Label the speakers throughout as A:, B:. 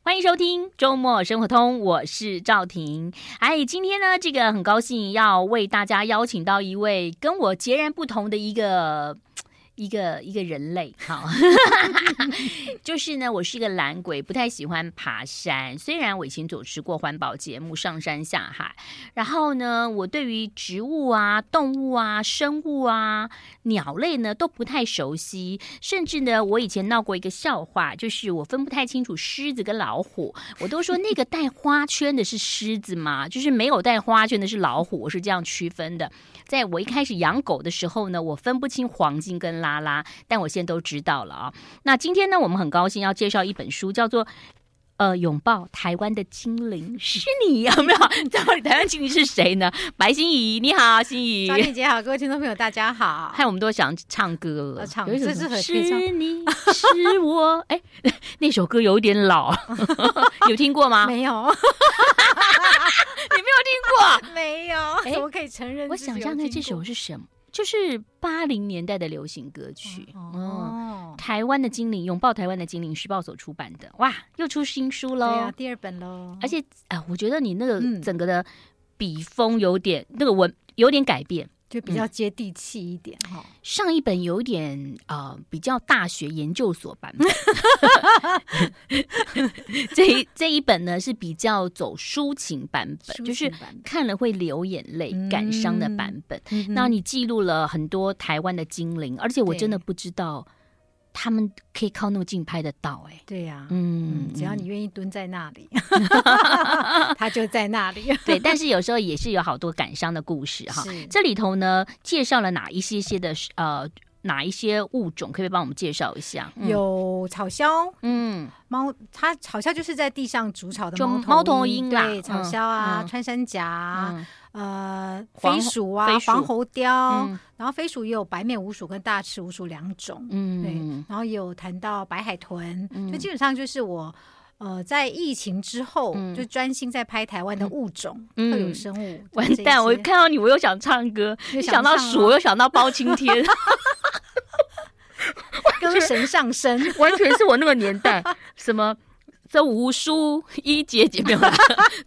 A: 欢迎收听周末生活通，我是赵婷。哎，今天呢，这个很高兴要为大家邀请到一位跟我截然不同的一个。一个一个人类，好， 就是呢，我是一个懒鬼，不太喜欢爬山。虽然我以前主持过环保节目《上山下海》，然后呢，我对于植物啊、动物啊、生物啊、鸟类呢都不太熟悉，甚至呢，我以前闹过一个笑话，就是我分不太清楚狮子跟老虎，我都说那个带花圈的是狮子嘛， 就是没有带花圈的是老虎，我是这样区分的。在我一开始养狗的时候呢，我分不清黄金跟拉拉，但我现在都知道了啊。那今天呢，我们很高兴要介绍一本书，叫做。呃，拥抱台湾的精灵是你有 没有？到底台湾精灵是谁呢？白心怡，你好，心怡。
B: 张丽姐好，各位听众朋友大家好。
A: 害我们都想唱歌了，
B: 要啊唱
A: 有一首
B: 这
A: 什
B: 是
A: 么
B: 很非常
A: 是你 是我，哎， 那首歌有点老， 有听过 吗？你没
B: 没有
A: 有听
B: 没有，
A: 哎
B: 怎么可以承认
A: 过？我
B: 自己有
A: 想
B: 听
A: 象
B: 过？
A: 的这首是什么？就是八零年代的流行歌曲，嗯。
B: 哦，
A: 台湾的精灵，拥抱台湾的精灵，时报所出版的，哇，又出新书
B: 对
A: 喽！
B: 啊，第二本喽。
A: 而且啊、我觉得你那个
B: 嗯
A: 整个的笔锋有点，那个文有点改变。
B: 就比较接地气一点哈。
A: 上一本有点呃比较大学研究所版本， 这一这一本呢是比较走抒情版本，
B: 抒
A: 就是
B: 情版嗯本
A: 看了会流眼泪、
B: 嗯
A: 感伤的版本。嗯那你记录了很多台湾的精灵，而且我
B: 对
A: 真的不知道他们可以靠那么近拍得到、哎，
B: 对呀，
A: 嗯
B: 嗯，只要你愿意蹲在那 里，他就在那里。
A: 对，但是有时候也是有好多感伤的故事哈。
B: 是
A: 这里头呢，介绍了哪一些些的呃哪一些物种，可不可以帮我们介绍一下？嗯，
B: 有草鸮，
A: 嗯，
B: 猫，它草鸮就是在地上筑巢的
A: 就猫
B: 猫
A: 头鹰
B: 鹰，
A: 啦
B: 对，草
A: 嗯
B: 鸮啊，
A: 嗯
B: 穿山甲啊，
A: 嗯
B: 呃，
A: 黄
B: 飞
A: 喉
B: 鼠
A: 飞
B: 啊，
A: 鼠
B: 黄喉貂，
A: 嗯
B: 然后飞鼠也有白面鼯鼠跟大赤鼯鼠两种。对
A: 嗯，
B: 然后也有谈到白海豚，就基本上就是我。呃，在疫情之后，
A: 嗯
B: 就专心在拍台湾的物种、
A: 嗯
B: 特有生物。
A: 完蛋！我一
B: 看
A: 看到你，我又想唱歌，
B: 又
A: 一
B: 想
A: 想到
B: 唱
A: 鼠，
B: 了
A: 又想到包青 天，
B: 歌神上身，
A: 完全是我那个年代 什么。这五叔一姐姐没有啦，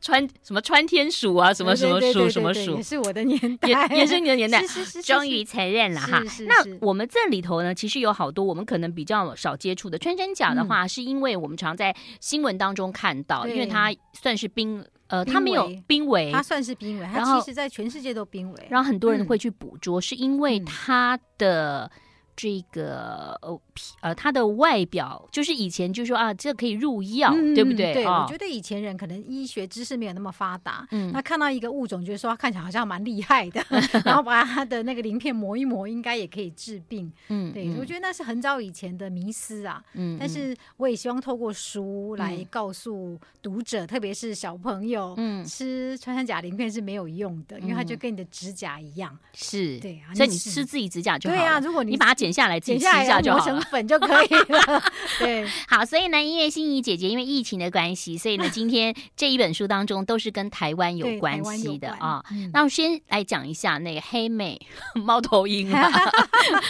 A: 川什么川天鼠啊， 什么什么
B: 对对
A: 鼠
B: 对
A: 什么
B: 对对
A: 鼠
B: 也，是我的年代，
A: 也也是你的年代
B: 是，是是是
A: 终于承认了哈
B: 是。是
A: 那
B: 是
A: 我们这里头呢，其实有好多我们可能比较少接触的。穿山甲的话，是因为我们常在新闻当中看到，
B: 嗯对
A: 因为它算是濒呃，
B: 濒危
A: 它没有濒危，
B: 它算是濒危，它
A: 然后
B: 其实在全世界都濒危。
A: 然后很多人会去捕捉，是因为
B: 嗯
A: 它的。这个呃皮呃，它的外表就是以前就说啊，这可以入药，
B: 嗯
A: 对不
B: 嗯
A: 对？
B: 对，
A: 哦
B: 我觉得以前人可能医学知识没有那么发达，
A: 嗯
B: 那看到一个物种，觉得说它看起来好像蛮厉害的， 然后把它的那个鳞片磨一磨，应该也可以治病。
A: 嗯
B: 对，我觉得那是很早以前的迷思啊。
A: 嗯
B: 但是我也希望透过书来告诉读者，特别是小朋友，
A: 嗯
B: 吃穿山甲鳞片是没有用的，因为它就跟你的指甲一样。
A: 是，
B: 对啊
A: 所以
B: 你
A: 你
B: 是
A: 吃自己指甲就好
B: 对
A: 了。
B: 啊，如果你
A: 你把它剪下来自己
B: 剪
A: 吃
B: 下
A: 一
B: 来
A: 下就
B: 磨
A: 好
B: 成
A: 了。
B: 粉就可以了。 对，
A: 好，所以呢，因为心怡姐姐因为疫情的关系，所以呢，今天这一本书当中都是跟台湾有
B: 对
A: 关
B: 台湾有
A: 系的
B: 关
A: 啊。
B: 嗯
A: 那我先来讲一下那个黑妹猫头鹰嘛，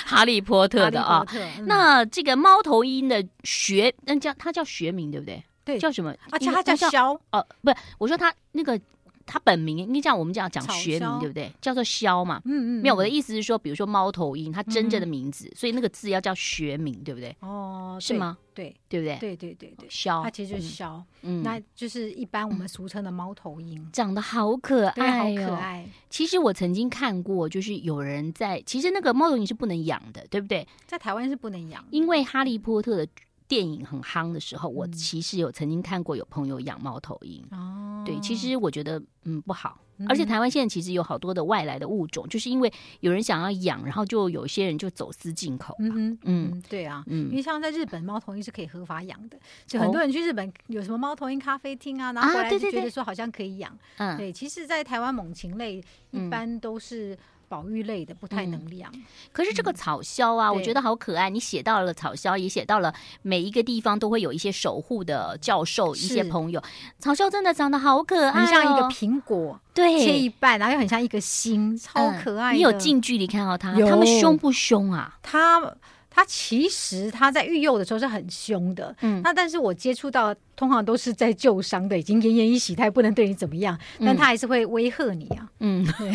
A: 哈利波特的
B: 哈
A: 啊
B: 利。波特嗯
A: 那这个猫头鹰的学，那叫它叫学名对不对？
B: 对
A: 叫什么？
B: 而且
A: 应该
B: 它嗯叫
A: 那
B: 枭，
A: 哦，不是，我说它那个它本名应该叫我们这样讲
B: 草
A: 学名
B: 鸮
A: 对不对？叫做枭嘛。
B: 嗯嗯，
A: 没有，我的
B: 嗯
A: 意思是说，比如说猫头鹰，它真正的名字，所以那个字要叫学名，对不对？
B: 哦，
A: 是
B: 对？
A: 吗？
B: 对
A: 对不对？
B: 对对对对，
A: 枭，
B: 它其实就是枭，
A: 嗯
B: 那就是一般我们俗称的猫头鹰，
A: 长得好可
B: 对，好
A: 爱哟、
B: 可爱，
A: 其实我曾经看过，就是有人在，其实那个猫头鹰是不能养的，对不对？
B: 在台湾是不能养的，
A: 因为《哈利波特》的电影很夯的时候，我
B: 嗯
A: 其实有曾经看过有朋友养猫头鹰。
B: 哦，
A: 对，其实我觉得嗯不好，
B: 嗯
A: 而且台湾现在其实有好多的外来的物种，就是因为有人想要养，然后就有些人就走私进口。
B: 嗯哼
A: 嗯
B: 嗯，对啊。因
A: 嗯，哦
B: 为像在日本，猫头鹰是可以合法养的，所以很多人去日本有什么猫头鹰咖啡厅啊，然后
A: 啊
B: 回来
A: 对
B: 就
A: 对
B: 觉
A: 对
B: 得说好像可以养。
A: 嗯，
B: 对，其实，在台湾猛禽类
A: 嗯
B: 一般都是保育类的，不太能养。
A: 可是这个草鸮啊，
B: 嗯对
A: 我觉得好可爱。你写到了草鸮，也写到了每一个地方都会有一些守护的教授、一
B: 是
A: 些朋友。草鸮真的长得好可爱、哦，
B: 很像一个苹果切
A: 对，
B: 一半，然后又很像一个心，超
A: 哎嗯
B: 可爱的。
A: 你有近距离看到它，
B: 有
A: 它们凶不凶啊？
B: 它，它其实它在育幼的时候是很凶的，
A: 嗯
B: 那但是我接触到通常都是在旧伤的，已经奄奄一息，它也不能对你怎么样，但它还是会威吓你啊，
A: 嗯，
B: 对，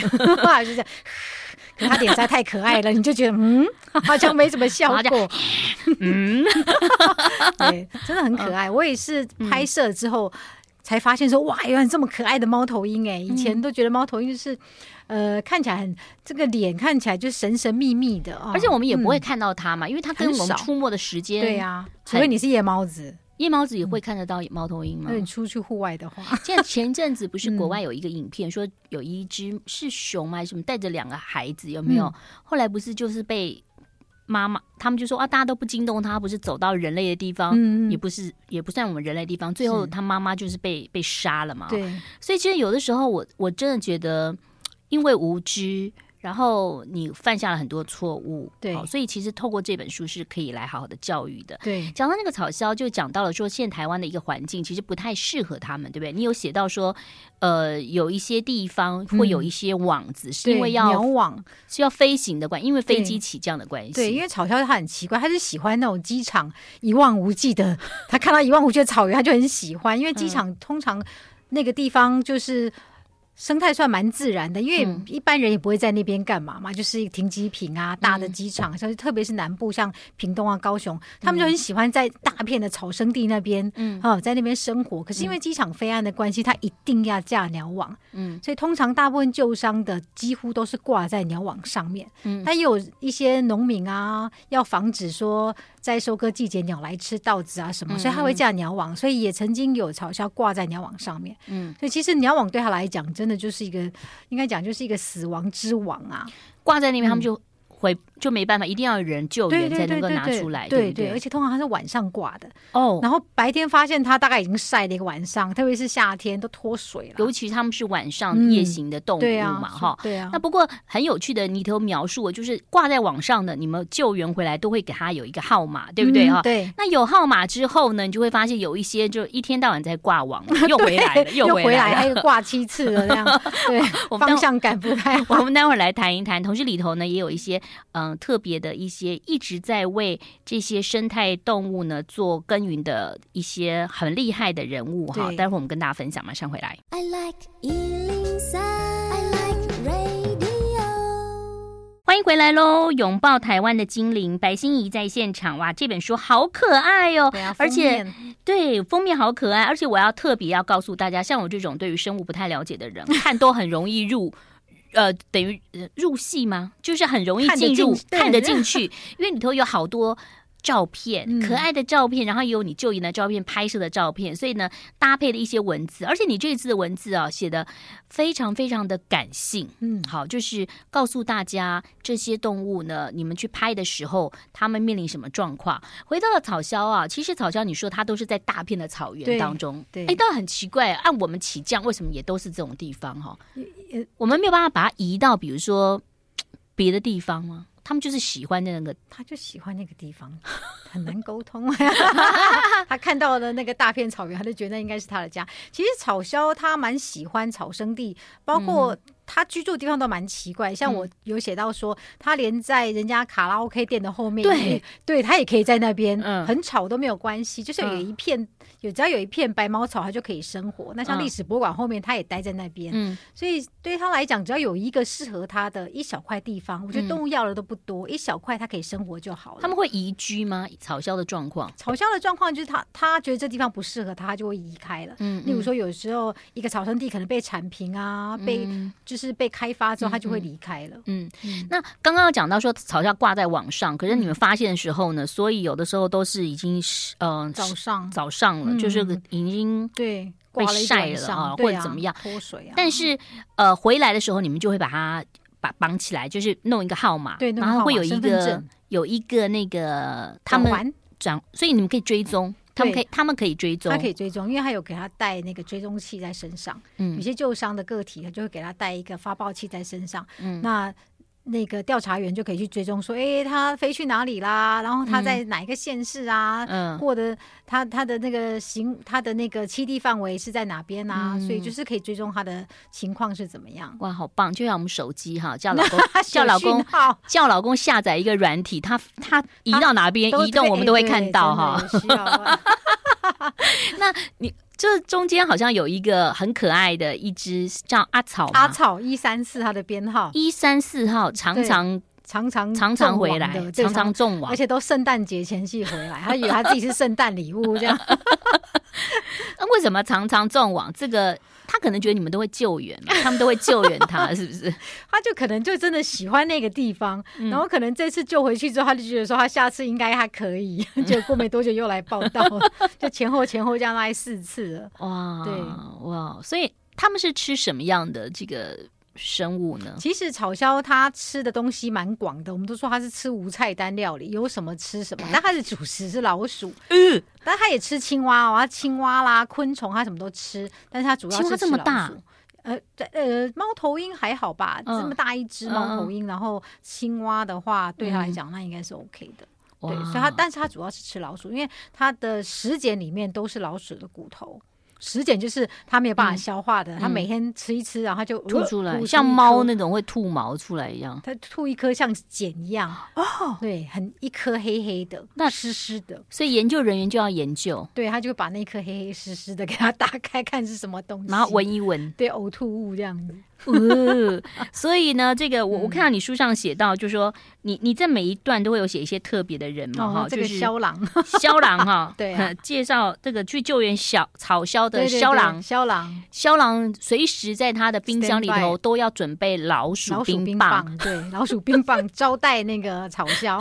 B: 还是这样。可它脸实在太可爱了，你就觉得嗯，好像没什么效
A: 然后
B: 果。
A: 嗯
B: 对，真的很可爱。我也是
A: 嗯
B: 拍摄之后才发现说，哇，原来这么可爱的猫头鹰哎、以
A: 嗯
B: 前都觉得猫头鹰就是，呃，看起来很这个脸看起来就神神秘秘的啊，
A: 而且我们也不会
B: 嗯
A: 看到它嘛，因为它跟
B: 很
A: 我们
B: 少
A: 出没的时间，
B: 对呀、嗯除非你是夜猫子，
A: 夜猫子也会看得到猫头鹰吗
B: 那？你出去户外的话，
A: 现在前阵子不是
B: 嗯
A: 国外有一个影片，说有一只是熊吗还是什么，带着两个孩子，有没
B: 嗯
A: 有？后来不是就是被妈妈他们就说啊，大家都不惊动它，不是走到人类的地方，
B: 嗯
A: 也
B: 嗯，
A: 不是也不算我们人类的地方，最后
B: 是
A: 它妈妈就是被被杀了嘛。，
B: 对，
A: 所以其实有的时候我我真的觉得，因为无知。然后你犯下了很多错误，
B: 对
A: 好所以其实透过这本书是可以来好好的教育的。
B: 对，
A: 讲到那个草鸮，就讲到了说，现台湾的一个环境其实不太适合他们，对不对？你有写到说，呃，有一些地方会有一些网子，是因为
B: 嗯对鸟
A: 要
B: 网，
A: 是要飞行的关，因为飞机
B: 对
A: 起降的关系。
B: 对，因为草鸮它很奇怪，它是喜欢那种机场一望无际 的，它看到一望无际的草原，它就很喜欢，
A: 嗯
B: 因为机场通常那个地方就是。生态算蛮自然的，因为
A: 嗯
B: 一般人也不会在那边干嘛嘛，就是停机坪啊、大
A: 嗯
B: 的机场，像、特别是南部，像屏东啊、高雄，他们就很喜欢在大片的草生地那边，
A: 嗯
B: 啊、在那边生活。可是因为机场飞安的关系，它一定要架鸟网，
A: 嗯
B: 所以通常大部分旧伤的几乎都是挂在鸟网上面。
A: 嗯
B: 但也有一些农民啊，要防止说在收割季节鸟来吃稻子啊什
A: 嗯
B: 么，所以他会架鸟网，所以也曾经有草鸮挂在鸟网上面。
A: 嗯，
B: 所以其实鸟网对他来讲，真的就是一个应该讲就是一个死亡之网啊。
A: 挂在那边，
B: 嗯
A: 他们就回就没办法，一定要有人救
B: 对
A: 援
B: 对
A: 才
B: 对
A: 能够
B: 对
A: 拿
B: 对
A: 出来，
B: 对
A: 不
B: 而且通常它是晚上挂的，
A: 哦，
B: 然后白天发现它大概已经晒了一个晚上，特别是夏天都脱水了
A: 尤。其他们是晚上
B: 嗯
A: 夜行的动物
B: 对啊
A: 嘛，，哈、
B: 对啊
A: 那，不过很有趣的，你都描述了，就是挂在网上的，你们救援回来都会给他有一个号码，对不对
B: 嗯
A: 哈、
B: 对，
A: 那有号码之后呢，你就会发现有一些就一天到晚在挂网，又回来了，
B: 又
A: 回
B: 回来，
A: 了。
B: 还有挂七次的这样，对，
A: 我们待会
B: 方向感不太
A: 我
B: 好。
A: 们待会儿来谈一谈，同时里头呢也有一些嗯、呃特别的一些一直在为这些生态动物呢做耕耘的一些很厉害的人物哈。
B: 对
A: 待会儿我们跟大家分享，马上回来。
C: I like Ealing Sound. I like radio.
A: 欢迎回来喽！拥抱台湾的精灵，白心怡在现场哇，这本书好可爱哦，
B: 对啊
A: 而且
B: 封面
A: 对封面好可爱，而且我要特别要告诉大家，像我这种对于生物不太了解的人，看都很容易入。 呃，等于呃入戏吗？就是很容易
B: 看得
A: 进入
B: 进，对
A: 看得进 去，因为里头有好多照片，
B: 嗯
A: 可爱的照片，然后也有你救援的照片、拍摄的照片，所以呢，搭配的一些文字，而且你这次的文字啊，写的非常非常的感性，
B: 嗯，
A: 好，就是告诉大家这些动物呢，你们去拍的时候，它们面临什么状况。回到了草鸮啊，其实草鸮你说它都是在大片的草原
B: 对
A: 当中，
B: 对
A: 哎，但很奇怪，按我们起降为什么也都是这种地方哈、我们没有办法把它移到比如说别的地方吗？他们就是喜欢那个，
B: 他就喜欢那个地方，很难 沟通。他看到了那个大片草原，他就觉得那应该是他的家。其实草鸮它蛮喜欢草生地，包括
A: 嗯
B: 它居住的地方都蛮奇怪。像我有写到说，它连在人家卡拉 OK 店的后面，
A: 对
B: 也，对，它也可以在那边，
A: 嗯
B: 很吵都没有关系。就是有
A: 嗯
B: 一片，有只要有一片白毛草，它就可以生活。那像
A: 嗯
B: 历史博物馆后面，它也待在那边。
A: 嗯
B: 所以对他来讲，只要有一个适合他的一小块地方，我觉
A: 嗯
B: 得动物要的都不多，一小块他可以生活就好了。
A: 他们会移居吗？草鸮的状况，
B: 草鸮的状况就是他他觉得这地方不适合他，他就会移开了。
A: 嗯
B: 例如，说，有时候一个草生地可能被铲平啊，被
A: 嗯
B: 就是被开发之后，
A: 嗯
B: 他就会离开了。
A: 嗯，
B: 嗯
A: 那刚刚讲到说草鸮挂在网上，可是你们发现的时候呢，所以有的时候都是已经是嗯、
B: 早上
A: 早上了，
B: 嗯哦
A: 就是已经。
B: 对
A: 被
B: 挂了一个晚
A: 晒了啊
B: 上，对
A: 或者怎么样
B: 脱水啊。
A: 但是呃，回来的时候你们就会把它把绑起来，就是弄一个号码，
B: 对弄个
A: 然后
B: 号码
A: 会有一
B: 身份
A: 个
B: 证
A: 有一个那个他
B: 转
A: 们
B: 环
A: 转，所以你们可以追踪。他们可以，他们可以追踪，
B: 他可以追踪，因为他有给他带那个追踪器在身上。
A: 嗯
B: 有些旧伤的个体，他就会给他带一个发报器在身上。
A: 嗯
B: 那那个调查员就可以去追踪说，哎，他飞去哪里啦？然后他在哪一个县市啊？
A: 嗯，
B: 过的他他的那个行他的那个栖地范围是在哪边啊？
A: 嗯
B: 所以就是可以追踪他的情况是怎 么样。
A: 哇，好棒！就像我们手机 哈，叫老公
B: 小
A: 叫老公
B: 讯号
A: 叫老公下载一个软体，他他移到哪边
B: 都
A: 移动，我们都会
B: 对
A: 看到哈。，
B: 真的有需 要啊
A: 这中间好像有一个很可爱的一只叫阿草嘛，
B: 阿草一三四它的编号
A: 一三四号常常
B: 常常
A: 常常回来
B: 中网的，对
A: 常常中
B: 而
A: 网。
B: 且都圣诞节前夕回来，他以为他自己是圣诞礼物这样。
A: 那为什么常常中网？这个他可能觉得你们都会救援嘛，他们都会救援 他，是不是？
B: 他就可能就真的喜欢那个地方，
A: 嗯
B: 然后可能这次救回去之后，他就觉得说他下次应该还可 以，结果过没多久又来报道了， 就前后前后这样来四次了。
A: 哇，
B: 对
A: 哇，哦所以他们是吃什么样的这个生物呢？
B: 其实草鸮它吃的东西蛮广的，我们都说它是吃无菜单料理，有什么吃 什么。但它的主食是老鼠，
A: 嗯，
B: 但它也吃青蛙哦，它青蛙啦、昆虫，啊它什么都吃，但是它主要是
A: 青蛙
B: 吃
A: 这么大
B: 老鼠。呃，对呃，猫头鹰还好吧，
A: 嗯
B: 这么大一只猫头鹰，然后青蛙的话，对它来讲，那应该是 OK 的。
A: 哇哦
B: 对，所以它，但是它主要是吃老鼠，因为它的食碱里面都是老鼠的骨头。食碱就是它没有办法
A: 嗯
B: 消化的，它
A: 嗯
B: 每天吃一吃，然后它就呃
A: 吐出来，
B: 一
A: 像猫
B: 颗，
A: 那种会吐毛出来一样。
B: 它吐一颗像碱一样哦，对，很一颗黑黑的，
A: 那
B: 湿湿的，
A: 所以研究人员就要研究，
B: 对，它就会把那颗黑黑湿湿的给它打 开看是什么东西，
A: 然后闻一闻，
B: 对呕吐物这样子，
A: 呃，所以呢，这个我
B: 嗯
A: 我看到你书上写到，就说你你在每一段都会有写一些特别的人嘛，哈、
B: 哦，这
A: 就
B: 个
A: 是
B: 肖郎，，
A: 肖郎哈
B: 对啊
A: 呃 介绍这个去救援小草鸮
B: 对
A: 的
B: 对
A: 肖
B: 对
A: 郎，
B: 肖郎，
A: 肖郎随时在他的冰箱里
B: Standby
A: 头都要准备老
B: 老
A: 鼠
B: 鼠
A: 冰
B: 冰
A: 棒，
B: 棒，对， 老鼠冰棒招待那个草鸮，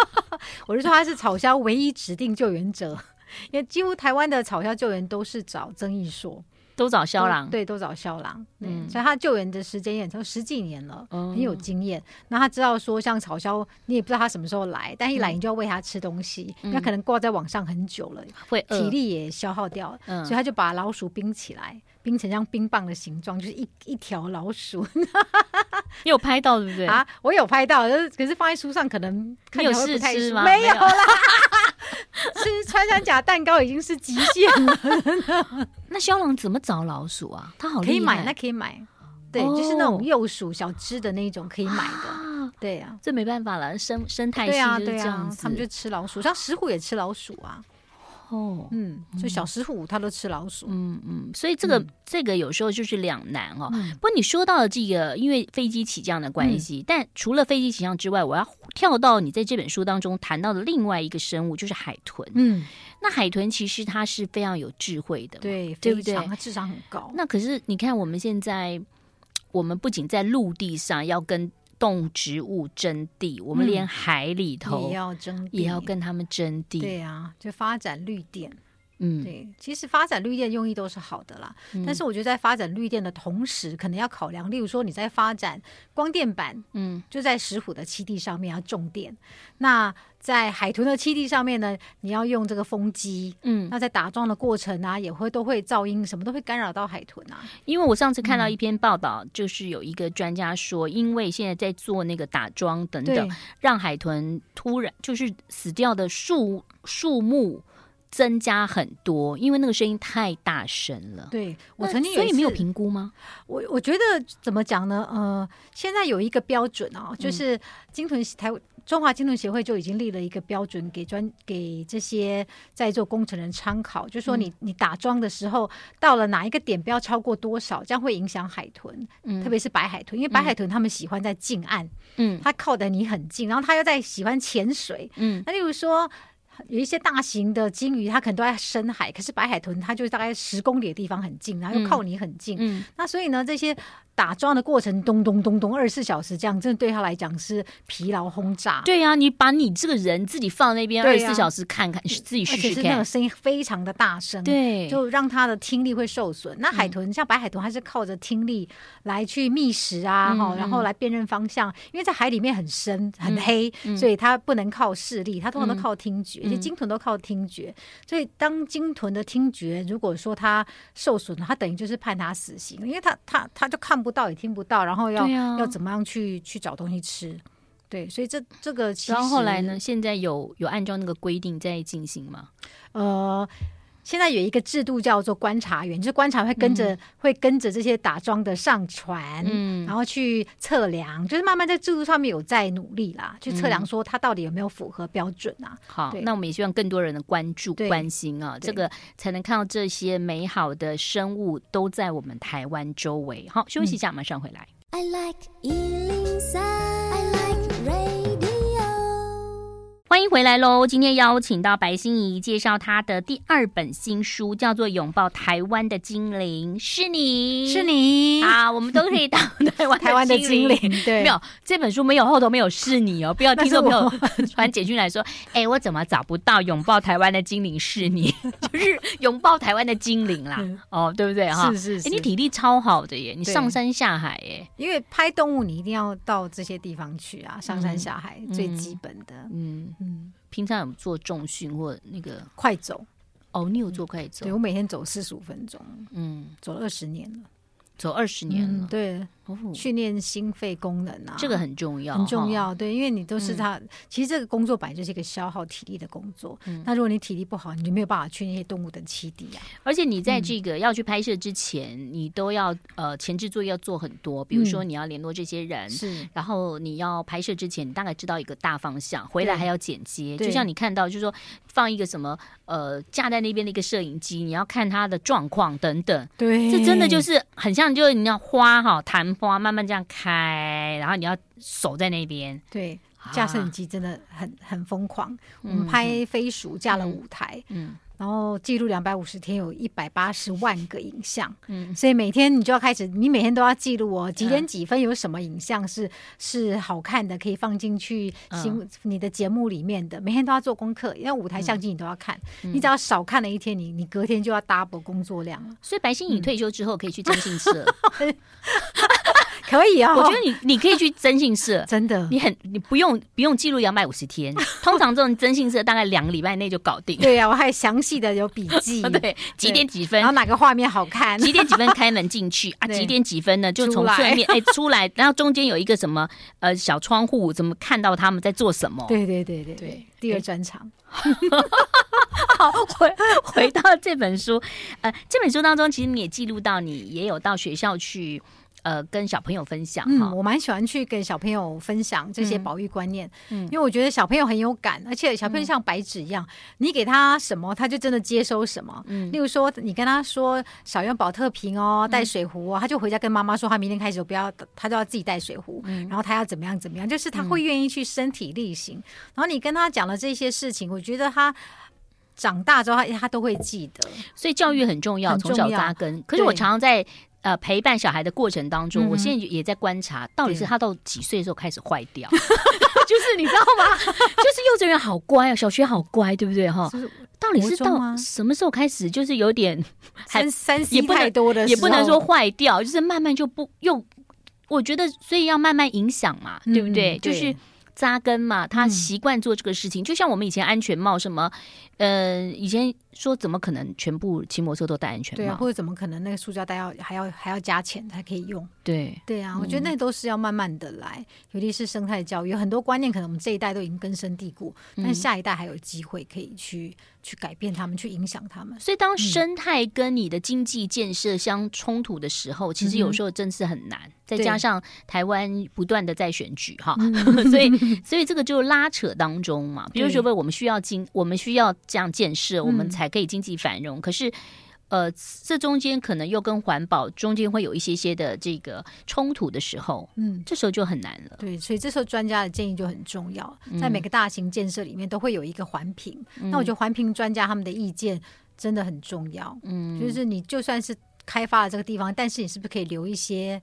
B: 我就说他是草鸮唯一指定救援者， 因为几乎台湾的草鸮救援都是找曾义硕，
A: 都找肖郎
B: 都，对，都找肖郎，
A: 嗯
B: 嗯，所以他救援的时间也从十几年了。
A: 哦
B: 很有经验，那他知道说，像草鸮，你也不知道他什么时候来，但一来你就要喂它吃东西，
A: 嗯
B: 那可能挂在网上很久了，
A: 会饿
B: 体，力也消耗掉了，
A: 嗯
B: 所以他就把老鼠冰起来，冰成像冰棒的形状，就是一一条老鼠。
A: 你有拍到对不对？
B: 啊，我有拍到，就是可是放在书上可能看起来会不太
A: 你有试吃
B: 舒
A: 吗
B: 没有
A: 没有
B: 啦，吃穿山甲蛋糕已 经是极限了，
A: 那肖郎怎么找老鼠啊？他好厉
B: 可
A: 害，
B: 以买，那可以买。对，就是那
A: 哦
B: 种幼鼠小只的那种可以买的，
A: 啊，
B: 对呀、
A: 这没办法了，生生态
B: 对
A: 系
B: 呀，
A: 就是
B: 对
A: 这样
B: 呀，
A: 子，
B: 他们就吃老鼠，像石虎也吃老鼠啊，
A: 哦。
B: 嗯，就小石虎它都吃老鼠，
A: 嗯嗯，所以这个、
B: 嗯
A: 这个有时候就是两难哦。
B: 嗯
A: 不过你说到的这个，因为飞机起降的关系，但除了飞机起降之外，我要跳到你在这本书当中谈到的另外一个生物，就是海豚。
B: 嗯，
A: 那海豚其实它是非常有智慧的，。
B: 对，
A: 对
B: 非
A: 不对
B: 常它智商很高，
A: 那可是你看，我们现在我们不仅在陆地上要跟动植物争地，我们
B: 嗯
A: 连海里头
B: 也要争，
A: 也要。跟它们争地。
B: 对啊，就发展绿电。
A: 嗯，
B: 对，其实发展绿电用意都是好的啦，但是我觉得在发展绿电的同时，可能要考量，例如说你在发展光电板，
A: 嗯，
B: 就在石虎的栖地上面要种电，那在海豚的栖地上面呢，你要用这个风机。
A: 嗯，
B: 那在打桩的过程啊，也会都会噪音，什么都会干扰到海豚啊。
A: 因为我上次看到一篇报道，就是有一个专家说，因为现在在做那个打桩等
B: 对
A: 等，让海豚突然就是死掉的数数目增加很多，因为那个声音太大声了。
B: 对，我
A: 那
B: 曾经有
A: 所
B: 一
A: 以没有
B: 次
A: 评估吗？
B: 我我觉得怎么讲呢？呃，现在有一个标准啊，
A: 嗯
B: 就是金屯台中华金屯协会就已经立了一个标准给专给这些在做工程人参考，就
A: 嗯
B: 说你、你打桩的时候到了哪一个点不要超过多少，这样会影响海豚，
A: 嗯
B: 特别是白海豚，因为白海豚它们喜欢在近岸，
A: 嗯
B: 它靠得你很近，然后它又在喜欢潜水。
A: 嗯
B: 那例如说。有一些大型的鲸鱼，它可能都在深海，可是白海豚它就大概十公里的地方很近，然后又靠你很近，
A: 嗯，
B: 那所以呢，这些打桩的过程，咚咚咚咚，二十四小时这样，真的对他来讲是疲劳轰炸。
A: 对呀、你把你这个人自己放在那边二
B: 对
A: 十
B: 呀
A: 四小时看看，自己
B: 而
A: 试
B: 且
A: 试
B: 是那
A: 看
B: 个。声音非常的大声，，
A: 对，嗯
B: 就让他的听力会受损。那海豚、像白海豚，它是靠着听力来去觅食啊，
A: 嗯
B: 哈、
A: 嗯
B: 然后来辨认方向，因为在海里面很深很黑，
A: 嗯
B: 所以它不能靠视力，它通常都靠听觉，而且鲸豚都靠听觉。所以当鲸豚的听觉如果说它受损了，它等于就是判它死刑，因为它它它就看不不到也听不到，然后要、
A: 对啊
B: 要怎么样去去找东西吃？对，所以这这个其实
A: 然后后来呢？？现在有有按照那个规定在进行吗？
B: 呃，现在有一个制度叫做观察员，就是观察会跟着、会跟着这些打桩的上船，
A: 嗯
B: 然后去测量，就是慢慢在制度上面有在努力啦，去测量说它到底有没有符合标准啊。
A: 好，
B: 对
A: 那我们也希望更多人的关注、
B: 对
A: 关心啊，
B: 对
A: 这个才能看到这些美好的生物都在我们台湾周围。好，休息
B: 嗯
A: 一下，马上回来。
C: I like Ealing Sound. I like radio.
A: 欢迎回来喽！今天邀请到白心怡介绍她的第二本新书，叫做《拥抱台湾的精灵》，是你，
B: 是你
A: 啊，我们都可以 当台湾
B: 台湾的精灵
A: 灵。，
B: 对，
A: 没有这本书没有后头没有是你 哦，不要听众朋友
B: 那
A: 传简讯来说，哎、我怎么找不到拥抱台湾的精灵是你，就是 拥抱台湾的精灵啦，
B: 嗯
A: 哦，对不对哈？
B: 是是
A: 哎
B: 是，
A: 你体力超好的耶，你
B: 对
A: 上山下海耶，
B: 因为拍动物你一定要到这些地方去啊，上山下海、最基本的，
A: 嗯，
B: 嗯，
A: 平常有做重训或那个
B: 快走，
A: 哦，你有做快走
B: 对，我每天走四十五分钟，
A: 嗯，
B: 走了二十年了，
A: 走二十年了
B: 嗯，对，
A: 哦，
B: 训练心肺功能啊，
A: 这个很重要，
B: 很重
A: 哈。嗯
B: 要，对，因为你都是他，其实这个工作本来就是一个消耗体力的工作。
A: 嗯
B: 那如果你体力不好，你就没有办法去那些动物的栖地啊。
A: 而且你在这个要去拍摄之前，你都要呃前置作业要做很多，比如说
B: 嗯
A: 你要联络这些人，
B: 是，
A: 然后你要拍摄之前，你大概知道一个大方向，回来还要剪接。
B: 对
A: 就像你看到，就是说放一个什么呃架在那边的一个摄影机，你要看它的状况等等。
B: 对，
A: 这真的就是很像，就是你要花哈昙花慢慢这样开，然后你要守在那边。
B: 对。
A: 啊
B: 架摄影机真的很很疯狂，我们拍飞鼠架了五台，
A: 嗯
B: 然后记录两百五十天，有一百八十万个影像，
A: 嗯
B: 所以每天你就要开始，你每天都要记录哦，几点几分有什么影像是、是好看的，可以放进去新、
A: 嗯
B: 你的节目里面的，每天都要做功课，因为舞台相机你都要看，
A: 嗯
B: 你只要少看了一天，你你隔天就要 double 工作量了，
A: 所以白欣颖退休之后可以去征信社，
B: 可以哦，
A: 我觉得你你可以去征信社，
B: 真的。
A: 你很你不用不用记录两百五十天，通常这种征信社大概两个礼拜内就搞定。，
B: 对呀、啊我还详细的有笔记
A: 对，几点几分
B: 然后？哪个画面好看，
A: 几点几分开门进去啊？
B: 对
A: 几点几分呢？就从
B: 出来
A: 侧面哎出来，然后中间有一个什么呃小窗户，怎么看到他们在做什么？
B: 对对对对对
A: 对，
B: 第
A: 哎
B: 二专场，
A: 好，回 回到这本书，呃，这本书当中其实你也记录到，你也有到学校去呃跟小朋友分享哈
B: 嗯，。我蛮喜欢去跟小朋友分享这些
A: 嗯
B: 保育观念，
A: 嗯
B: 因为我觉得小朋友很有感，而且小朋友像白纸一样，你给他什么，他就真的接收什么。
A: 嗯
B: 例如说，你跟他说少用保特瓶哦，带水壶哦，他就回家跟妈妈说，他明天开始不要，他就要自己带水壶，
A: 嗯
B: 然后他要怎么样怎么样，就是他会愿意去身体力行。然后你跟他讲了这些事情，我觉得他。长大之后，他他都会记得。
A: 所以教育很重要，
B: 很
A: 从
B: 重
A: 小
B: 要
A: 扎根。可是我
B: 对
A: 常常在呃陪伴小孩的过程当中，
B: 嗯哼
A: 我现在也在观察，到底是
B: 对
A: 他到几岁的时候开始坏掉， 就是你知道吗？ 就是幼稚园好乖哦，小学好乖，对不对哈？
B: 就是
A: 到底是
B: 国中
A: 到
B: 吗
A: 什么时候开始，就是有点还
B: 三三 C
A: 也不能
B: 太 多的时候，
A: 也不能说坏掉，就是慢慢就不又，我觉得所以要慢慢影响嘛，
B: 嗯
A: 对不对？
B: 对嗯
A: 就是扎根嘛，他习惯做这个事情，就像我们以前安全帽什么，呃，以前说怎么可能全部骑摩托车都戴安全
B: 对啊，
A: 帽？
B: 或者怎么可能那个塑胶袋要还要还要加钱才可以用？
A: 对
B: 对啊，我觉得那都是要慢慢的来，尤其是生态教育，有很多观念可能我们这一代都已经根深蒂固，但下一代还有机会可以去去改变他们，去影响他们。
A: 所以当生态跟你的经济建设相冲突的时候，其实有时候真是很难。再
B: 嗯对
A: 加上台湾不断的在选举哈，
B: 嗯
A: 所以所以这个就拉扯当中嘛。比如说，我们需要经，我们需要这样建设，我
B: 嗯
A: 们才可以经济繁荣。可是。呃，这中间可能又跟环保中间会有一些些的这个冲突的时候，
B: 嗯，
A: 这时候就很难了。
B: 对，所以这时候专家的建议就很重要，在每个大型建设里面都会有一个环评，那我觉得环评专家他们的意见真的很重要。嗯，就是你就算是开发了这个地方，但是你是不是可以留一些？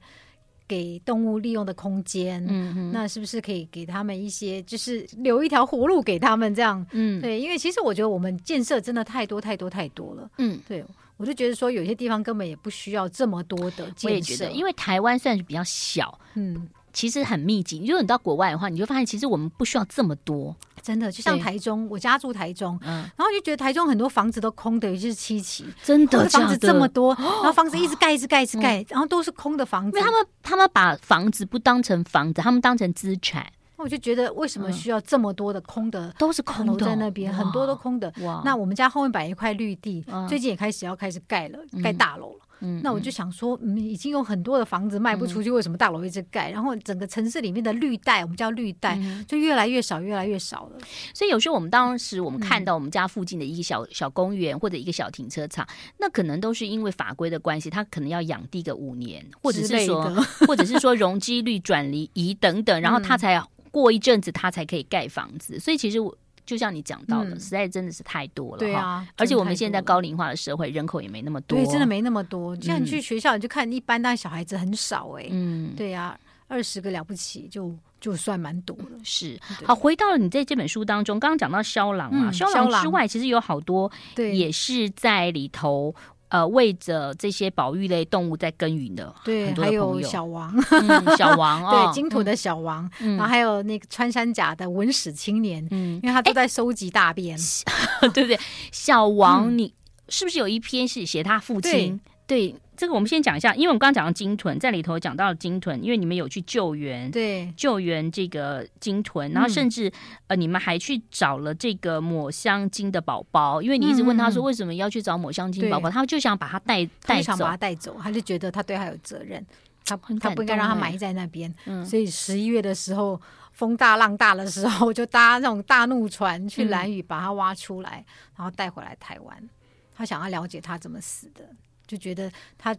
B: 给动物利用的空间，嗯、那是不是可以给他们一些，就是留一条活路给他们这样？
A: 嗯
B: 对，因为其实我觉得我们建设真的太多太多太多了。
A: 嗯，
B: 对，我就觉得说有些地方根本也不需要这么多的
A: 我也
B: 建
A: 觉
B: 设，
A: 得，因为台湾算是比较小，
B: 嗯，
A: 其实很密集。如果你到国外的话，你就发现其实我们不需要这么多。
B: 真的，就像
A: 对
B: 台中，我家住台中，
A: 嗯，
B: 然后就觉得台中很多房子都空的，尤其是七期，
A: 真
B: 或
A: 的
B: 者房子
A: 假的
B: 这么 多，然后房子一直盖，一直盖，一直盖，然后都是空的房
A: 因
B: 子。
A: 为他们他们把房子不当成房子，他们当成资产，
B: 那我就觉得为什么
A: 嗯
B: 需要这么多的空的
A: 都是
B: 大
A: 空
B: 楼
A: 的
B: 在那边，很多都空的。
A: 哇。
B: 那我们家后面摆一块绿地
A: 啊嗯，
B: 最近也开始要开始盖了，
A: 嗯
B: 盖大楼了。
A: 嗯
B: 那我就想说，嗯，已经有很多的房子卖不出去，为什么大楼一直盖？然后整个城市里面的绿带，我们叫绿带，
A: 嗯
B: 就越来越少，越来越少了。
A: 所以有时候我们当时我们看到我们家附近的一个小小公园或者一个小停车场，那可能都是因为法规的关系，它可能要养地个五年，或者
B: 之
A: 是
B: 类
A: 说
B: 的
A: 或者是说容积率、转移移等等，然后它才过一阵子它才可以盖房子。所以其实我就像你讲到的，
B: 嗯
A: 实在真的是太多了，
B: 对。啊，
A: 而且我
B: 真的
A: 们
B: 太
A: 现
B: 多
A: 在
B: 了
A: 高龄化的社会，人口也没那么多，
B: 对，真的。没那么多。像
A: 嗯
B: 你去学校，你就看一般，但小孩子很少哎、
A: 嗯，
B: 对呀、二十个了不起就就算蛮多了。
A: 是
B: 对
A: 好。回到了你在这本书当中，刚刚讲到肖郎嘛，
B: 嗯
A: 肖
B: 肖
A: 郎
B: 郎
A: 之外，其实有好多
B: 对，
A: 也是在里头。呃，为着这些保育类动物在耕耘 的，
B: 对，
A: 很多
B: 还
A: 的
B: 有
A: 朋友
B: 小王，
A: 嗯、小王哦，
B: 对，金土的小王，
A: 嗯，
B: 然后还有那个穿山甲的文史青年，
A: 嗯，
B: 因为他都在收集大便。
A: 对不对？小王，你是不是有一篇是写他父亲？嗯对，这个我们先讲一下，因为我们刚刚讲到鲸豚，在里头讲到了鲸豚，因为你们有去救援，
B: 对，
A: 救援这个鲸豚，然后
B: 嗯
A: 甚至、呃，你们还去找了这个抹香鲸的宝宝，因为你一直问他说
B: 嗯嗯嗯
A: 为什么要去找抹香鲸宝宝，
B: 对
A: 他就想把它带
B: 他
A: 带
B: 就想把
A: 走
B: 他，带走，他就觉得他对他有责任，他
A: 很
B: 他
A: 感
B: 不应该让他
A: 动欸
B: 埋在那边。
A: 嗯
B: 所以十一月的时候，风大浪大的时候，就搭那种大怒船去蓝屿把它挖出来，然后带回来台湾。他想要了解他怎么死的，就觉得他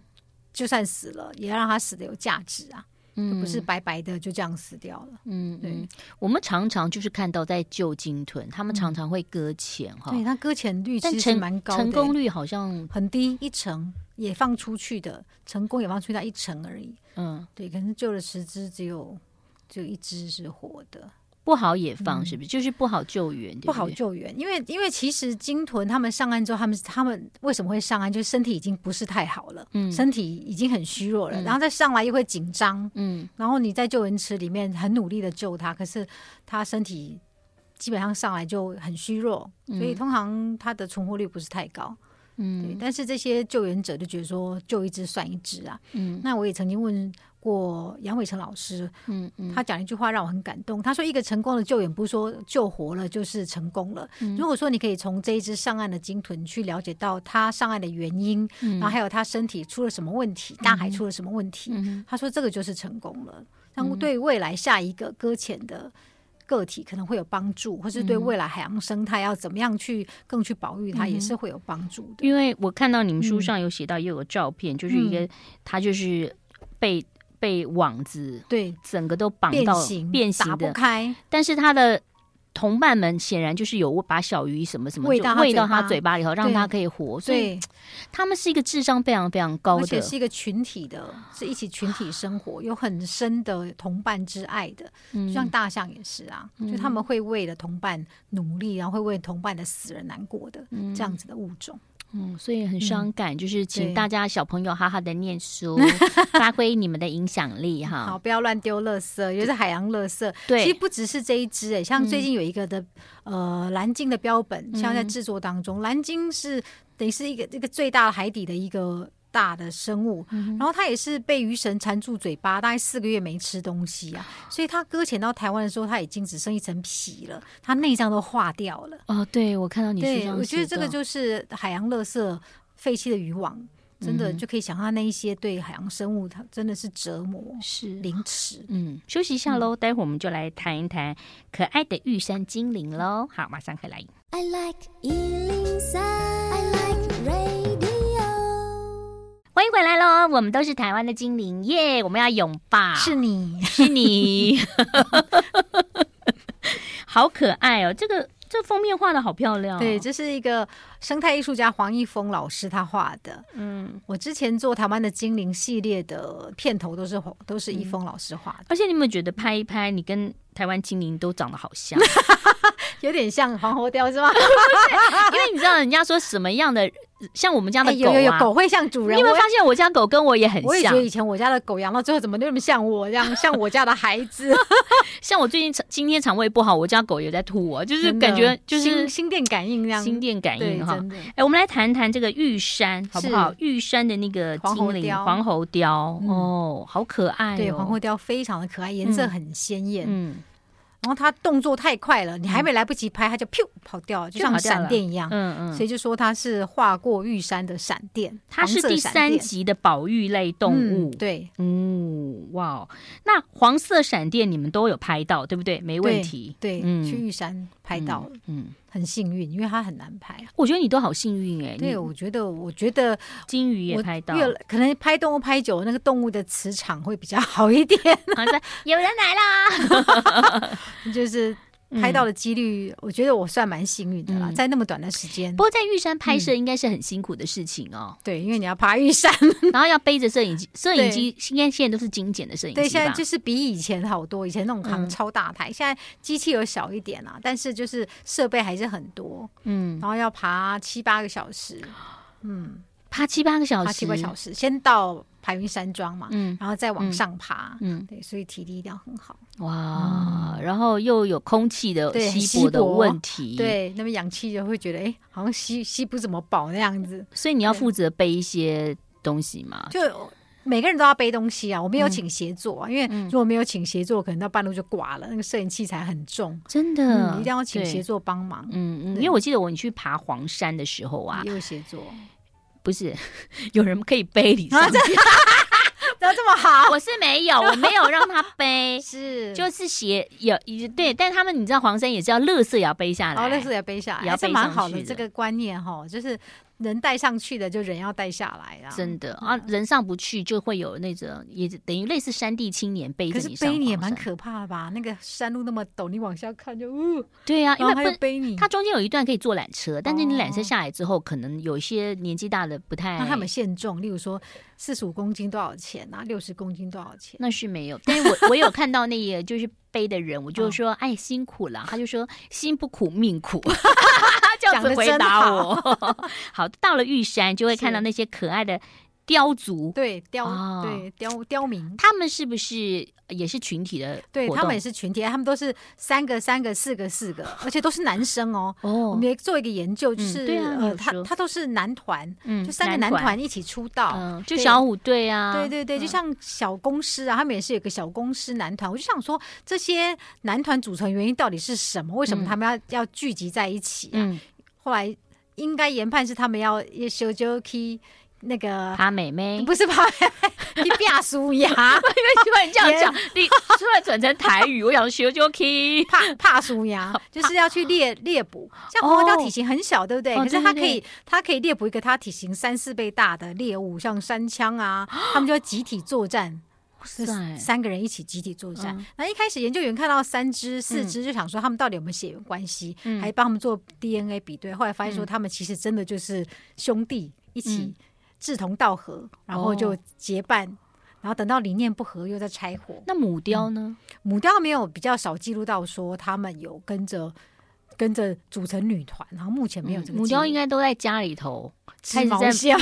B: 就算死了，也要让他死的有价值啊，就不是白白的就这样死掉了。
A: 嗯，
B: 对
A: 嗯，我们常常就是看到在救鲸豚，他们常常会搁浅哈，
B: 嗯对他搁浅率
A: 但
B: 其实
A: 成
B: 蛮高的、
A: 成功率好像
B: 很低，一成也放出去的，成功也放出去到一成而已。
A: 嗯
B: 对，可能救了十只，只有只有一只是活的。
A: 不好也放，是不是？就是不好救援，对
B: 嗯不
A: 不
B: 好
A: 对
B: 救援，因为因为其实鲸豚他们上岸之后，他们他们为什么会上岸？就是身体已经不是太好了，
A: 嗯
B: 身体已经很虚弱了，
A: 嗯
B: 然后再上来又会紧张，
A: 嗯
B: 然后你在救援池里面很努力的救它，可是它身体基本上上来就很虚弱，所以通常它的存活率不是太高。对，
A: 嗯
B: 但是这些救援者就觉得说救一只算一只啊。
A: 嗯
B: 那我也曾经问过杨伟成老师，
A: 嗯嗯，
B: 他讲一句话让我很感动。他说：“一个成功的救援，不是说救活了就是成功了。
A: 嗯
B: 如果说你可以从这一只上岸的鲸豚去了解到它上岸的原因，
A: 嗯
B: 然后还有它身体出了什么问题，大海出了什么问题，
A: 嗯
B: 他说这个就是成功了。那对未来下一个搁浅的个体可能会有帮助，或是对
A: 嗯
B: 未来海洋生态要怎么样去更去保育它，也是会有帮助的。
A: 因为我看到你们书
B: 嗯
A: 上有写到，也有个照片，就是一个他就是被被网子
B: 对，
A: 整个都绑
B: 变
A: 到
B: 形
A: 变
B: 打
A: 形
B: 不
A: 的，
B: 开，
A: 但是他的。同伴们显然就是有把小鱼什么什么
B: 喂
A: 就
B: 到他
A: 喂到
B: 嘴巴
A: 他嘴巴里头，让
B: 对
A: 他可以活。所以
B: 对，
A: 他们是一个智商非常非常高
B: 而且
A: 的，
B: 是一个群体的，是一起群体生活，有很深的同伴之爱的。就像大象也是啊，就他们会为了同伴努力，然后会为同伴的死人难过的、这样子的物种。
A: 嗯，所以很伤感，就是请
B: 对
A: 大家小朋友好好的念书， 发挥你们的影响力
B: 嗯好，
A: 哈。
B: 不要乱丢垃圾，尤其是海洋垃圾。其实
A: 对，嗯
B: 不只是这一只诶、像最近有一个的、呃蓝鲸的标本，现在在制作当中。蓝鲸是等于是一个这个最大的海底的一个大的生物，
A: 嗯
B: 然后它也是被鱼绳缠住嘴巴，大概四个月没吃东西啊，所以它搁浅到台湾的时候，它已经只剩一层皮了，它内脏都化掉了。
A: 哦，对我看到你书
B: 对，
A: 上
B: 我觉得
A: 写
B: 这个
A: 到
B: 就是海洋垃圾废弃的渔网。真
A: 嗯
B: 的就可以想象那一些对海洋生物，它真的是折磨、
A: 是
B: 凌迟。
A: 嗯，休息一下喽，待会我们就来谈一谈可爱的玉山精灵喽。好，马上回来。
C: I like Ealing Sound. I like radio.
A: 欢迎回来喽！我们都是台湾的精灵耶我们要拥抱，
B: 是你，
A: 是你， 好可爱哦！这个这封面画的好漂亮、哦，
B: 对，这是一个生态艺术家黄一峰老师他画的。
A: 嗯，
B: 我之前做台湾的精灵系列的片头都是黄都是
A: 嗯
B: 一峰老师画的，
A: 而且你有没有觉得拍一拍，你跟台湾精灵都长得好 像？
B: 有点像黄喉貂是吗？
A: 因为你知道人家说什么样的像我们家的
B: 哎
A: 狗
B: 有
A: 啊，
B: 有有狗会像主人，
A: 你有没有
B: 我也
A: 发现我家狗跟我也很
B: 我也觉
A: 像
B: 得？以前我家的狗养到最后怎么那么像我这样，像我家的孩子，
A: 像我最近肠今天肠胃不好，我家狗也在吐我， 就是
B: 真的
A: 感觉就是
B: 心心电感应这样，
A: 心电感
B: 对，
A: 应哈。
B: 真的。
A: 哎，我们来谈谈这个玉山好不好？玉山的那个
B: 黄
A: 精
B: 喉
A: 灵
B: 貂
A: 黄喉貂
B: 嗯
A: 哦，好可爱哦。
B: 对，黄喉貂非常的可爱，颜色很鲜艳，
A: 嗯
B: 然后它动作太快了，你还没来不及拍，它就噗跑掉了，就
A: 就跑
B: 像
A: 掉了
B: 闪电一样，
A: 嗯嗯，
B: 所以就说它是划过玉山的闪电，
A: 它是
B: 黄色
A: 第
B: 闪
A: 三
B: 电
A: 级的保育类动物。
B: 嗯对，
A: 嗯，哇哦，那黄色闪电你们都有拍到，对不对？没问
B: 对
A: 题，
B: 对，
A: 嗯
B: 去玉山拍到了，
A: 嗯。嗯，
B: 很幸运，因为它很难拍。啊
A: 我觉得你都好幸运哎、你
B: 对，我觉得，我觉得
A: 金鱼也
B: 我
A: 拍到，
B: 越可能拍动物拍久了，那个动物的磁场会比较好一点，
A: 好像有人来啦，
B: 就是 拍到的几率，我觉得我算蛮幸运的啦，
A: 嗯
B: 在那么短的时间
A: 不。过在玉山拍
B: 嗯
A: 摄应该是很辛苦的事情哦，
B: 对，因为你要爬玉山，
A: 然后要背着摄影机，摄影机应该现在都是精简的摄影机吧？
B: 对，现在就是比以前好多，以前那种
A: 嗯
B: 扛超大台，现在机器有小一点啦，但是就是设备还是很多，
A: 嗯，
B: 然后要爬七八个小时，
A: 爬七八个小时，
B: 爬七八嗯小时，先到排云山庄嘛，
A: 嗯
B: 然后再往
A: 嗯
B: 上爬，
A: 嗯，
B: 对，所以体力一定要很好。
A: 哇，然后又有空气的
B: 嗯对很
A: 稀薄的
B: 稀薄
A: 问题，，
B: 对，那么氧气就会觉得，哎、好像吸吸不怎么饱那样子。
A: 所以你要负责背一些东西嘛，
B: 就每个人都要背东西啊，我没有请协作啊，因为如果没有请协作，可能到半路就挂了，那个摄影器材很重，
A: 真
B: 嗯，
A: 的，
B: 一定要请
A: 对
B: 协作帮忙。
A: 嗯嗯，因
B: 对嗯
A: 为我记得我你去爬黄山的时候啊，
B: 也有协作，
A: 不是 有人可以背 你上去，
B: 怎么这么好？，
A: 我是没有，我没有让他背
B: 是，
A: 就是鞋有对，但他们你知道黄山也是要乐色也要背下来，
B: 然后那时候也背下
A: 也
B: 来，
A: 要
B: 哎这
A: 背
B: 蛮
A: 上
B: 好
A: 去
B: 的
A: 的
B: 这个观念哈，就是人带上去的，就人要带下来啦。
A: 真的啊，人上不去就会有那种也等于类似山地青年背着
B: 可是
A: 你上
B: 背你也
A: 黄
B: 蛮
A: 山
B: 可怕的吧？那个山路那么陡，你往下看就呜，
A: 对啊，因
B: 然后还
A: 为
B: 有
A: 不。
B: 背你，
A: 它中间有一段可以坐缆车，但是你缆车
B: 哦
A: 下来之后，可能有一些年纪大的不太，
B: 那他们限重，例如说四十五公斤多少钱啊，六十公斤多少钱？
A: 那是没有，但是我我有看到那个就是背的人，我就
B: 嗯
A: 说哎辛苦了，他就说心不苦命 苦，这样
B: 讲
A: 子
B: 得
A: 回
B: 真
A: 答
B: 好
A: 我。 好，到了玉山就会看到
B: 是
A: 那些可爱的雕族，
B: 对，刁、
A: 哦
B: 对刁刁民，
A: 他们是不是也是群体的活动？
B: 对他们也是群体，他们都是三个三个四个 四个，而且都是男生哦。我
A: 哦
B: 们，也做一个研究，就
A: 嗯
B: 是、
A: 对啊你有
B: 呃，他
A: 说
B: 他都是男团，
A: 嗯
B: 就三个男，团一起出道。
A: 嗯，就
B: 对
A: 小虎队啊，
B: 对对对，就像小公司啊，他们也是有个小公司男团。我就想说，这些男团组成原因到底是什么？为什么
A: 嗯
B: 他们要、要聚集在一起啊？
A: 嗯，
B: 后来应该研判是他们要也修 k 那个
A: 爬美妹，
B: 不是吧？去变苏牙，
A: 突然这样讲，你突然转成台语，我想学就 k
B: 怕 怕苏牙，就是要去猎猎捕。像
A: 哦
B: 黄花雕体型很小，对不对？
A: 哦
B: 可是
A: 对
B: 它
A: 对
B: 可以，它可以猎捕一个它体型三四倍大的猎物，像山枪啊，他们就要集体作战。
A: 哇
B: 就
A: 塞
B: 是，三个人一起集体作战
A: 嗯。
B: 那、一开始研究员看到三只、四只，就想说他们到底有没有血缘关系，
A: 嗯
B: 还帮他们做 DNA 比对。后来发现说
A: 嗯
B: 他们其实真的就是兄弟，
A: 嗯
B: 一
A: 哦
B: 起志同道合，然后就结伴。然后等到理念不合，又再拆伙。
A: 那母雕呢？
B: 母雕没有比较少记录到说他们有跟着跟着组成女团，然后目前没有这
A: 嗯
B: 个
A: 母雕应
B: 该
A: 该都在家里头开
B: 吃
A: 始
B: 毛
A: 在
B: 线，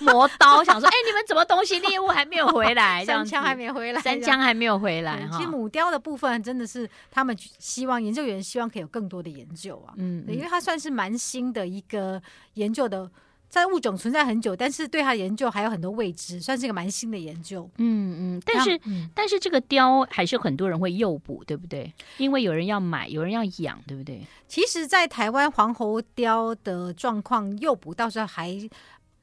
A: 磨刀，想说，哎、你们怎么东西猎物还没有回 来？这样
B: 三
A: 子
B: 枪还没回来，
A: 三枪还没有回来
B: 对
A: 哈
B: 其。实母雕的部分真的是他们希望研究员希望可以有更多的研究啊，
A: 嗯
B: 对
A: 嗯
B: 因为它算是蛮新的一个研究的，在物种存在很久，但是对它的研究还有很多未知，算是一个蛮新的研究。
A: 嗯嗯，但是
B: 那嗯
A: 但是这个雕还是很多人会诱捕，对不对？因为有人要买，有人要养，对不对？
B: 其实，在台湾黄喉貂的状况诱捕倒是还。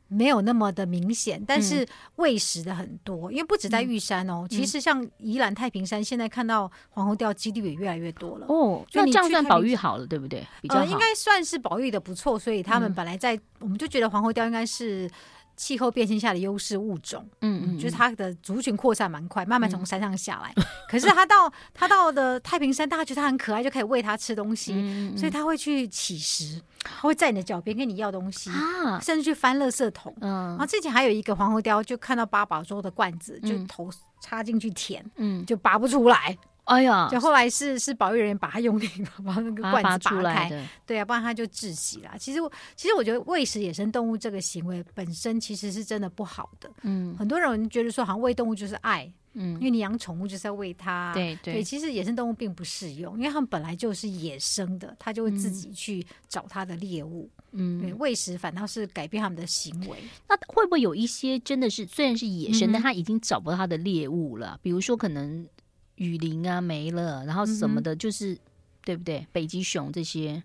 B: 没有那么的明显，但
A: 嗯
B: 是喂食的很多，因为不止在玉山哦，其实像宜兰太平山，现在看到黄喉貂几率也越来越多了。
A: 哦，
B: 所以
A: 那
B: 你
A: 这样
B: 去
A: 算
B: 看
A: 保
B: 你
A: 育好了，对不对？比较
B: 呃，
A: 好。
B: 应该算是保育的不错，所以他们
A: 嗯
B: 本来在、我们就觉得黄喉貂应该是气候变迁下的优势物种，
A: 嗯嗯，
B: 就
A: 嗯
B: 是它的族群扩散蛮快，慢慢
A: 嗯
B: 从山上下来。可是它到它到的太平山，大家觉得它很可爱，就可以喂它吃东西，
A: 嗯嗯
B: 所以它会去乞食，它会在你的脚边跟你啊要东西，
A: 啊，
B: 甚至去翻垃圾桶。然后
A: 嗯
B: 之前还有一个黄喉貂，就看到八宝粥的罐子，就
A: 嗯
B: 头插进去舔，
A: 嗯，
B: 就拔不出来，
A: 哎呀
B: 就，后来是是保育人员把它用力把那
A: 把
B: 个
A: 它
B: 罐
A: 拔
B: 子
A: 出
B: 拔
A: 来
B: 开，
A: 的，
B: 对啊，不然它就窒息啦。其实我其实我觉得喂食野生动物这个行为本身其实是真的不好的。
A: 嗯
B: 很多人觉得说好像喂动物就是爱，因
A: 嗯，
B: 为你养宠物就是要喂它啊、
A: 对
B: 对，其实野生动物并不适用，因为它们本来就是野生的，它就会自
A: 嗯
B: 己去找它的猎物。对，
A: 嗯，
B: 喂食反倒是改变它们的行为。
A: 那会不会有一些真的是虽然是野生，
B: 嗯哼
A: 但它已经找不到它的猎物了？比如说可能雨林啊没了，
B: 嗯
A: 然后什么的，就是对不对？北极熊这些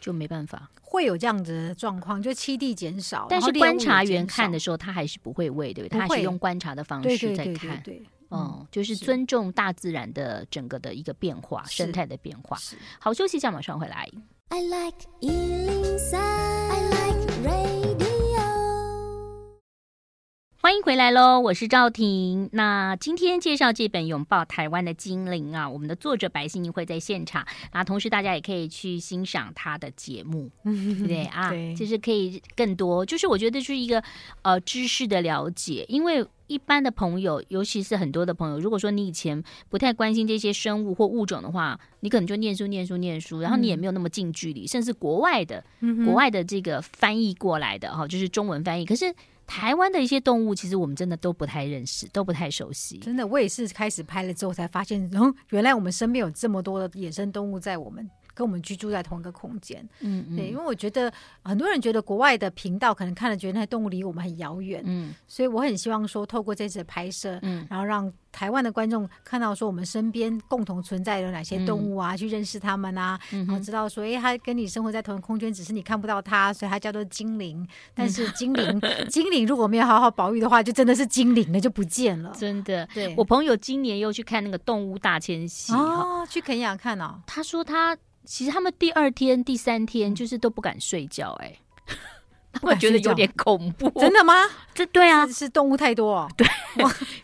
A: 就没办法。
B: 会有这样子的状况，就栖地减少，
A: 但
B: 然后
A: 是
B: 猎物
A: 观察
B: 也减
A: 员看的
B: 少
A: 时候，他还是不会喂，对不对？
B: 不
A: 他还是
B: 会
A: 用观察的方
B: 对
A: 式
B: 对
A: 在
B: 对对
A: 看。
B: 对，
A: 嗯，就是
B: 是
A: 尊重大自然的整个的一个变化，
B: 是
A: 生态的变化。
B: 是
A: 好，休息一下，马上回来。
C: I like Ealing Sound. I like radio.
A: 欢迎回来喽，我是赵婷。那今天介绍这本《拥抱台湾的精灵》啊，我们的作者白欣怡会在现场，那同时大家也可以去欣赏他的节目，对不对啊？
B: 对
A: 就是可以更多，就是我觉得是一个呃知识的了解，因为。一般的朋友，尤其是很多的朋友，如果说你以前不太关心这些生物或物种的话，你可能就念书、念书、念书，然后你
B: 嗯
A: 也没有那么近距离，甚至国外的国外的这个翻译过来的哈，就是中文翻译。可是台湾的一些动物，其实我们真的都不太认识，都不太熟悉。
B: 真的，我也是开始拍了之后才发现，然后原来我们身边有这么多的野生动物在我们。跟我们居住在同一个空间，
A: 嗯
B: 对，因为我觉得很多人觉得国外的频道可能看了觉得那些动物离我们很遥远，
A: 嗯
B: 所以我很希望说透过这次的拍摄，
A: 嗯
B: 然后让台湾的观众看到说我们身边共同存在有哪些动物啊，去认识它们啊，
A: 嗯
B: 然后
A: 哼，
B: 知道说，诶，它跟你生活在同一个空间，只是你看不到它，所以它叫做精灵。但是精灵，
A: 嗯
B: 精灵如果没有好好保育的话，就真的是精灵了，就不见了。
A: 真的，
B: 对，
A: 我朋友今年又去看那个动物大迁徙哈，
B: 哦，去肯雅看哦，
A: 他说他其实他们第二天、第三天就是都不敢睡觉、哎，
B: 嗯 不
A: 我
B: 敢
A: 觉得
B: 睡觉
A: 有点恐怖，
B: 真的吗？
A: 这对啊
B: 是，是动物太多、哦，对，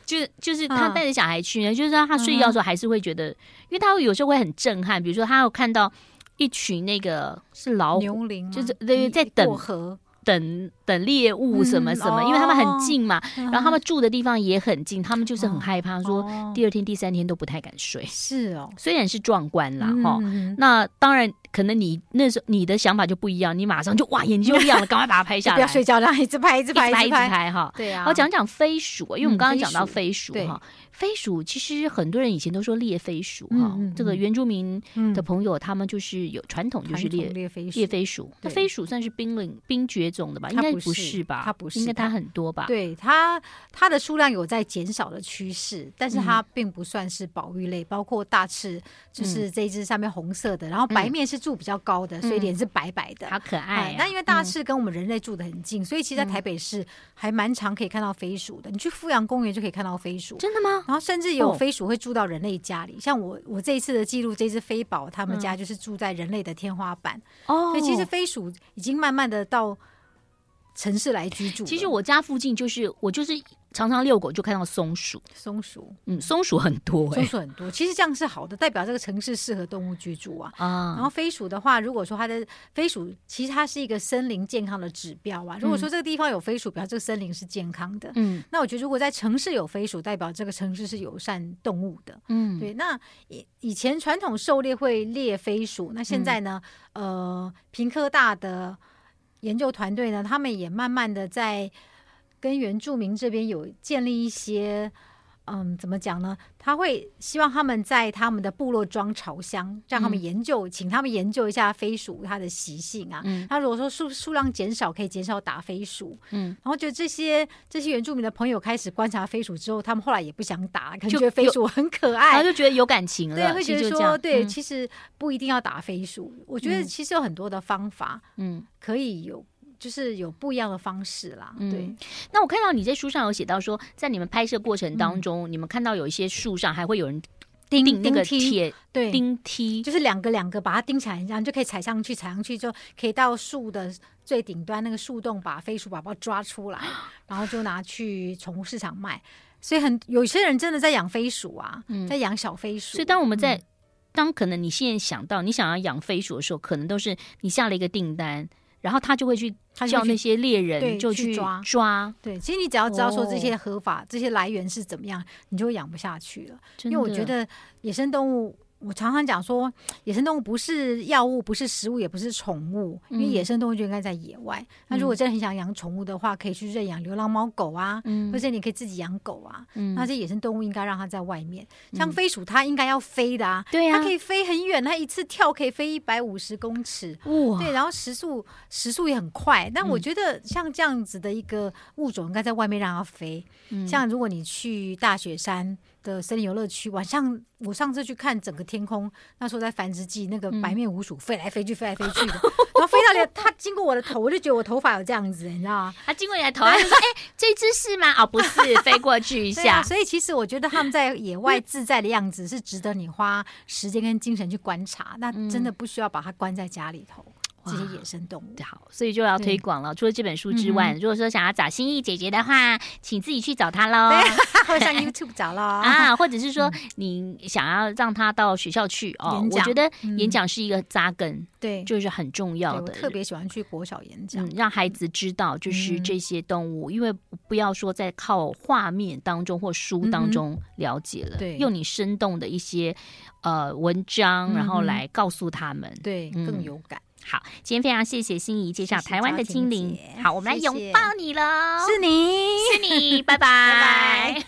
A: 就是就是他
B: 嗯
A: 带着小孩去呢，就是让他睡觉的时候还是会觉得，因为他有时候会很震撼，比如说他有看到一群那个是老虎
B: 牛羚吗
A: 就是对
B: 一
A: 在等
B: 过河，
A: 等等猎物什么
B: 嗯
A: 什么，因为他们
B: 哦
A: 很近嘛，
B: 然
A: 然后他们住的地方也很近，他们就是很害怕，说
B: 哦
A: 第二天、第三天都不太敢睡。
B: 是哦，
A: 虽然是壮观啦，哈、
B: 嗯
A: 那当然可能你那时候你的想法就不一样，你马上就哇眼睛就亮了，赶快把它拍
B: 就
A: 下来，
B: 不要睡觉，然后一直拍，一直
A: 一
B: 拍，
A: 直拍
B: 直
A: 一直拍哈。
B: 对啊，
A: 好，讲讲飞鼠，因为我们
B: 嗯
A: 刚刚讲到飞鼠
B: 飞鼠
A: 哈，飞鼠其实很多人以前都说猎飞鼠哈
B: 嗯嗯，
A: 这个原住民
B: 嗯
A: 的朋友他们就是有传统就是
B: 传统
A: 猎
B: 猎飞鼠
A: 叶飞鼠，那
B: 对
A: 飞鼠算是濒临濒绝种的吧？应
B: 它
A: 该
B: 不
A: 不
B: 是
A: 是吧？
B: 它不是
A: 应该它
B: 它
A: 很多吧？，
B: 对它，它的数量有在减少的趋势，但
A: 嗯
B: 是它并不算是保育类，包括大翅，就是这一只上面红色的，然后白面是住比较高的，所以脸是白白的。
A: 嗯好可爱、
B: 哎，
A: 啊。
B: 那因为大赤跟我们人类住的很近，所以其实在
A: 嗯
B: 台北市还蛮常可以看到飞鼠的。你去富阳公园就可以看到飞鼠，
A: 真的吗？
B: 然后甚至有
A: 哦
B: 飞鼠会住到人类家里。像我，我这一次的记录，这只飞宝他们家就是住在人类的天花板，
A: 嗯哦
B: 所以其实飞鼠已经慢慢的到城市来居住了。
A: 其实我家附近就是我就是常常遛狗就看到松鼠，
B: 松鼠，
A: 嗯，松鼠很多哎、
B: 松鼠很多，其实这样是好的，代表这个城市适合动物居住啊。然
A: 啊，
B: 后飞鼠的话，如果说它的飞鼠，其实它是一个森林健康的指标啊。如果说这个地方有飞鼠，表示这个森林是健康的。
A: 嗯
B: 那我觉得，如果在城市有飞鼠，代表这个城市是友善动物的。
A: 嗯，
B: 对，那以以前传统狩猎会猎飞鼠，那现
A: 嗯
B: 在呢？呃，平科大的研究团队呢，他们也慢慢的在跟原住民这边有建立一些，嗯，怎么讲呢？他会希望他们在他们的部落装巢箱，让他们
A: 嗯
B: 研究，请他们研究一下飞鼠它的习性啊。
A: 嗯
B: 那如果说数数量减少，可以减少打飞鼠。
A: 嗯，
B: 然后就这些这些原住民的朋友开始观察飞鼠之后，他们后来也不想打，可能
A: 就
B: 觉得飞
A: 有
B: 鼠很可
A: 然后
B: 爱，
A: 就觉得有感情了，
B: 对，会
A: 啊其
B: 觉
A: 实
B: 得
A: 就这样
B: 说，对，
A: 嗯
B: 其实不一定要打飞鼠。我觉得其实有很多的方法
A: 嗯
B: 可以有，就是有不一样的方式啦。
A: 嗯
B: 对，
A: 那我看到你在书上有写到说，在你们拍摄过程当中，你们看到有一些树上还会有人
B: 嗯钉
A: 钉那个
B: 梯，
A: 铁
B: 对，
A: 钉梯，
B: 就是两个两个把它钉起来，然后就可以踩上去，踩上去就可以到树的最顶端那个树洞，把飞鼠宝宝抓出来，然后就拿去宠物市场卖。所以很有些人真的在养飞鼠啊，在养小飞鼠。
A: 嗯所以当我们
B: 嗯
A: 在、当可能你现在想到你想要养飞鼠的时候，可能都是你下了一个订单。然后他就会去
B: 他就
A: 叫
B: 会
A: 那
B: 去
A: 些猎人
B: 对
A: 就
B: 去抓
A: 抓，
B: 对，其实你只要知道说这些
A: 哦
B: 合法、这些来源是怎么样，你就会养不下去了。
A: 因
B: 因为我觉得野生动物，我常常讲说，野生动物不是药物，不是食物，也不是宠物，因为
A: 嗯
B: 野生动物就应该在野外。那如果
A: 嗯
B: 真的很想养宠物的话，可以去认养流浪猫狗啊，
A: 嗯
B: 或者你可以自己养狗啊。
A: 嗯
B: 那这野生动物应该让它在外面，像
A: 嗯
B: 飞鼠它应该要飞的啊，
A: 对呀、
B: 它可以飞很远，它一次跳可以飞一百五十公尺。
A: 哇，
B: 对，然后时速时速也很快，但我
A: 嗯
B: 觉得像这样子的一个物种，应该在外面让它飞。
A: 嗯
B: 像如果你去大雪山的森林游乐区，晚上我上次去看整个天空，那时候在繁殖季，那个
A: 嗯
B: 白面鼯鼠飞来飞去，飞来飞去的，然后飞到连它经过我的头，我就觉得我头发有这样子，你知道吗？
A: 他经过你的头，他就说：“哎、这只是吗？”哦，不是，飞过去一
B: 对
A: 下。
B: 啊，所以其实我觉得他们在野外自在的样子是值得你花时间跟精神去观察，那真
A: 嗯
B: 的不需要把它关在家里头。这些
A: 哇
B: 野生动物，
A: 好，所以就要推广了。除了这本书
B: 嗯
A: 之外，如果说想要找心意姐姐的话，请自己去找她 喽。
B: 会上 YouTube 找了
A: 啊， 或者是说你想要让她到学校去哦，
B: 嗯演
A: 我
B: 讲
A: 觉得
B: 嗯
A: 演讲是一个扎根，
B: 对，
A: 就是很重
B: 对
A: 要
B: 我
A: 的。
B: 特别喜欢去国小演讲
A: 嗯，，让孩子知道就是
B: 嗯
A: 这些动物，因为不要说在靠画面当中或书当中了解了，
B: 嗯对
A: 用你生动的一些呃文章，然后
B: 嗯哼
A: 来告诉他们。
B: 对，
A: 嗯
B: 更有感。
A: 好，今天非常谢谢心仪介绍
B: 谢谢
A: 台湾的
B: 嘉
A: 精
B: 婷
A: 灵
B: 姐。
A: 好，我们来
B: 谢
A: 拥
B: 谢
A: 抱你喽，
B: 是你。
A: 是你，拜拜
B: 拜